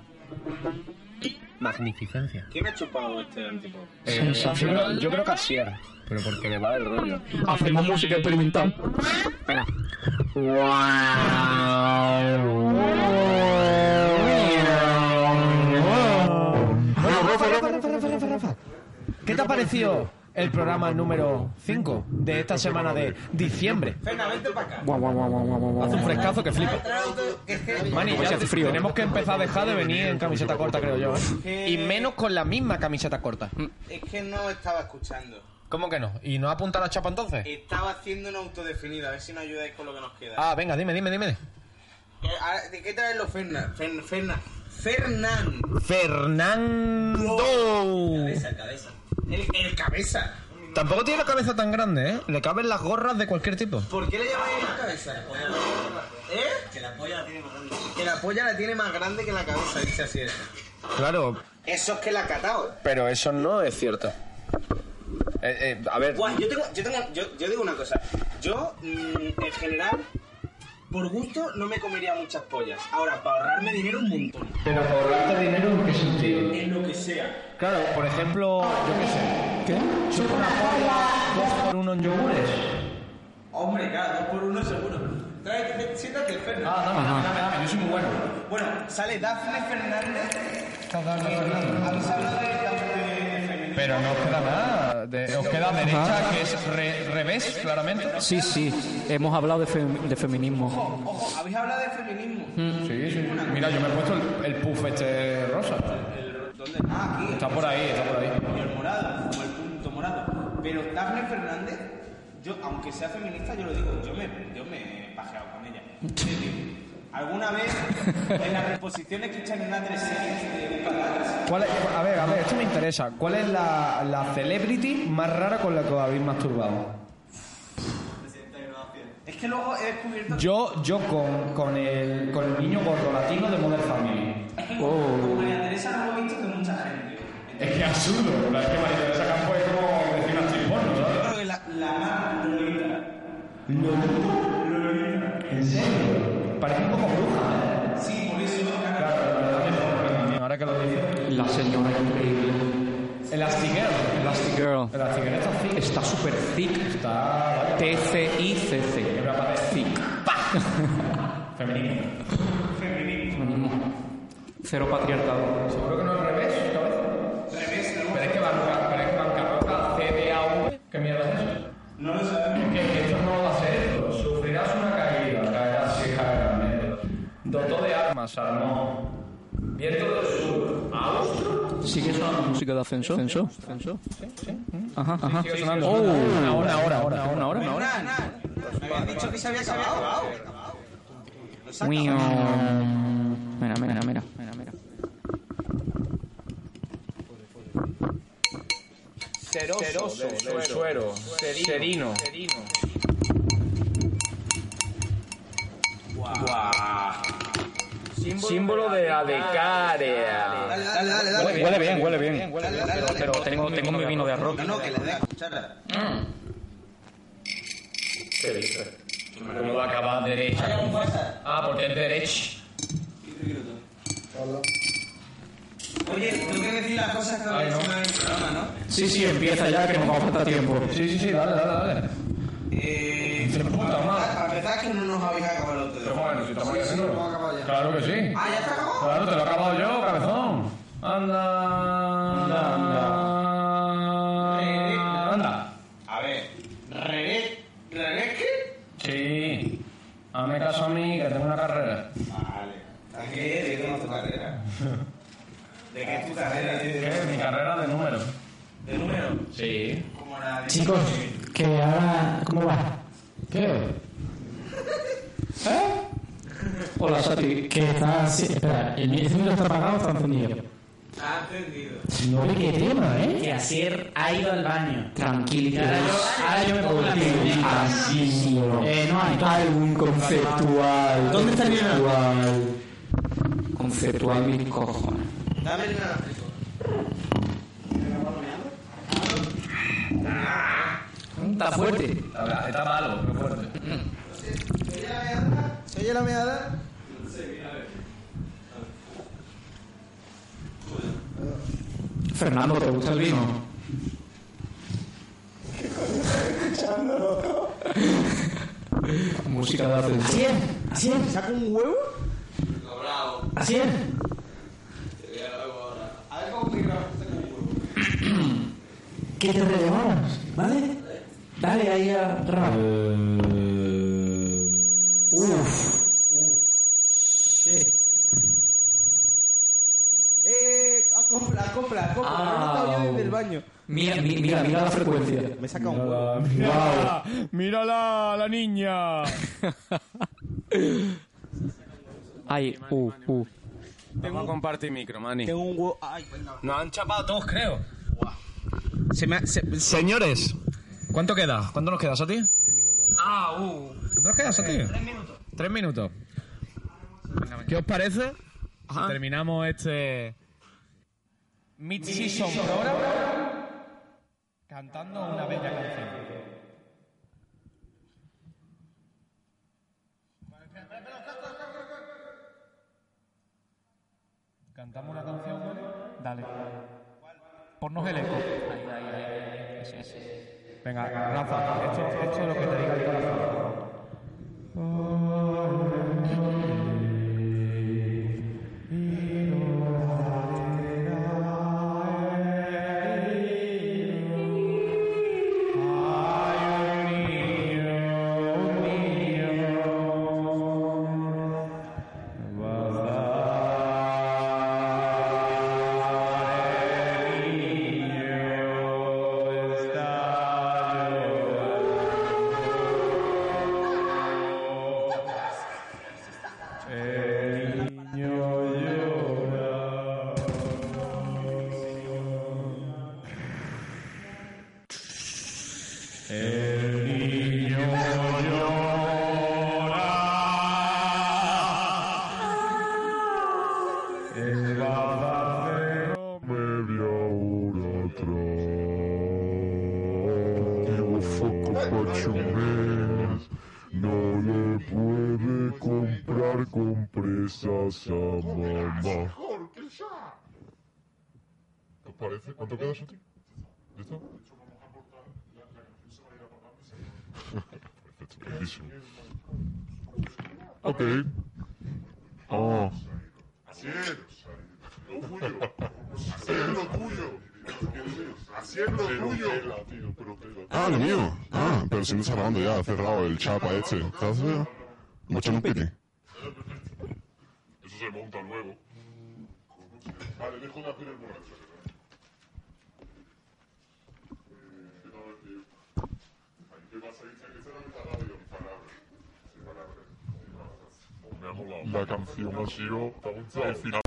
magnificencia.
¿Quién ha chupado este tipo?
Eh, yo, creo- yo creo que Asier, pero porque le va el rollo.
Hacemos música experimental.
Venga.
Rafa, Rafa, Rafa, Rafa, Rafa, Rafa. ¿Qué te ha parecido el programa número 5 de esta semana de diciembre?
Venga, vente para acá.
Hace un frescazo que flipa. Mani,
Pues
ya
hace frío.
tenemos que empezar a dejar de venir en camiseta corta, creo yo. ¿eh? Y menos con la misma camiseta corta.
Es que no estaba escuchando.
¿Cómo que no? ¿Y no apunta la chapa entonces?
Estaba haciendo un autodefinido, a ver si nos ayudáis con lo que nos queda.
Ah, venga, dime, dime, dime.
Eh, ahora, ¿De qué traes los Fernan? Fern, Fernan. Fernán.
Fernando.
Cabeza, cabeza. El, el cabeza.
Tampoco tiene la cabeza tan grande, ¿eh? Le caben las gorras de cualquier tipo.
¿Por qué le llamáis el cabeza? ¿Eh? Que la polla la tiene más grande. Que la polla la tiene más grande que la cabeza, dice así.
Claro,
Eso es que la ha catado.
pero eso no es cierto. Eh, eh, a ver,
Guau, yo, tengo, yo, tengo- yo, yo digo una cosa. Yo, mm, en general, por gusto, no me comería muchas pollas. Ahora, para ahorrarme dinero, un montón.
Pero ahorrarte dinero en qué sentido?
En lo que sea.
Claro, por ejemplo, yo qué sé. ¿Qué? una polla, dos por uno en yogures.
Hombre, claro, dos por uno seguro. Tráete, siéntate, Fernández. Ah,
dame, dame, dame, dame, yo soy muy bueno.
Bueno, sale Dafne Fernández.
Pero no os queda nada. de- os queda derecha, que es re- revés, claramente.
Sí, sí, hemos hablado de, fem- de feminismo.
Ojo, habéis hablado de feminismo.
Sí, sí. Mira, yo me he puesto el, el puff este rosa.
¿Dónde? Ah, aquí.
Está por ahí, está por ahí.
Y el morado, como el punto morado. Pero Dafne Fernández, yo, aunque sea feminista, yo lo digo, yo me, yo me he pajeado con ella. Es decir,
(laughs)
Alguna vez en las reposiciones que echan en la 3 series de Bucatán,
¿Cuál es- a ver, a ver, esto me interesa. ¿Cuál es la, la celebrity más rara con la que os habéis masturbado?
es que luego he descubierto
Yo, yo con, con, el, con el niño gordo latino de Modern Family.
María Teresa no lo he visto con mucha gente.
Es que es absurdo, en plan, es que María Teresa Campo es como decir una actriz porno, ¿sabes?
Yo creo que la, la más lolita.
¿En serio? Parece un poco bruja.
Sí, por eso.
Ahora que lo dice. La señora increíble. Elastigirl. Elastigirl. Elastigirl está thick. Está súper thick. Está... T-C-I-C-C. Thick. (laughs) Femenino. Femenino. Femenino. Cero patriarcado. Seguro que no es revés, cabeza. Revés, no. Pero es que banca- pero es que bancarrota CDAV. ¿Qué mierda es eso? No lo sabemos. Es que esto no va a ser esto. Sufrirás una caída. Caerás si caerás. mierda. Dotó de armas, armó. Viento del sur. Austro.
¿Sigue sonando música de ascenso? ¿Ascenso?
Sí, sí.
Ajá, ajá.
Sigue sonando.
Oh, una
Una hora,
hora,
una
una
hora,
hora, una hora, una hora.
Me habían dicho que se había acabado.
Miau. Mira, mira, mira, mira, mira.
Ceroso, del suero. Serino. Símbolo de adecaria.
Dale, dale, dale. dale.
Huele, huele bien, huele bien. Pero, pero tengo, tengo mi vino de arroz.
No, no, que le dé a escucharla.
Qué dice. ¿Cómo va a acabar derecha? Ah, porque es derecha.
Oye, tengo que decir las cosas que había encima del programa, ¿no?
Sí, sí, empieza ya que no va a faltar tiempo. Sí, sí, sí, dale, dale, dale.
Eh,
Tres puntos más.
La verdad es que no nos habéis acabado los dedos.
Bueno, si estamos
Sí, sí,
haciendo.
lo hemos acabado ya.
Claro que sí.
Ah, ya está acabado.
Claro, te lo he acabado yo, cabezón. Anda, anda, anda. Anda.
A ver, René, ¿René qué?
Sí. Hazme caso a mí, que tengo una carrera.
Vale. ¿A qué? ¿De qué no es tu carrera? (laughs) ¿De qué es tu carrera?
¿Qué? Mi carrera de números.
¿De número?
Sí.
Como la de...
Chicos, que ahora. ¿Cómo va?
¿Qué?
¿Eh? Hola, Sati. Que está. Sí, espera, ¿el micrófono está apagado o está encendido?
Está entendido.
No le qué tema, ¿eh?
Que Asier ha ido al baño.
Tranquilidad.
Ahora yo- ahora yo me pongo la pijama.
Eh, no hay.
Álbum conceptual.
¿Dónde está el
Conceptual. Conceptual, mis cojones.
Dame el nada.
Está fuerte. Está, está malo, pero fuerte.
¿Se oye la meada?
Fernando, ¿te gusta el vino? Música de ascenso.
Asier, Asier. ¿Saca un huevo? Asier. Que te relevamos, ¿vale? Dale ahí a rap.
Eh,
Uf.
Eh, a compra, a compra, a compra. Lo he notado yo desde el baño.
Mira, mi- mira, mira la frecuencia.
Me saca un huevo.
Wow.
¡Mírala, la niña! Ay, uh, uh.
Vamos a compartir micro, Manny.
Tengo un huevo. Ay, venga.
Nos han chapado todos, creo. Señores, ¿cuánto queda? ¿Cuánto nos queda, Sati?
Ah, uh.
¿Cuánto nos queda, Sati?
minutos.
Tres minutos. ¿Qué os parece? si terminamos este mid-season program cantando una bella canción. ¿Cantamos una canción, Dani? Dale. Ponnos el eco. Venga, Rafa, esto, esto es lo que te diga el corazón.
Me vio
sofoco pachumel. No le puede comprar compresas a mamá. ¿Qué os parece? ¿Cuánto queda, Santi? ¿Listo? Perfecto, buenísimo. Ok. Ah. Así es. Lo tuyo. Así es lo tuyo. Así es lo tuyo.
Ah, lo mío. Ah, pero si no está grabando ya, ha cerrado el chapa este. ¿Estás feo? Mucho no pide.
Eso se monta luego. Vale, dejo de hacer el borracho. ¿Qué pasa? Esa era mi palabra, mi palabra. Mi palabra. Me ha molado.
La canción ha sido el final.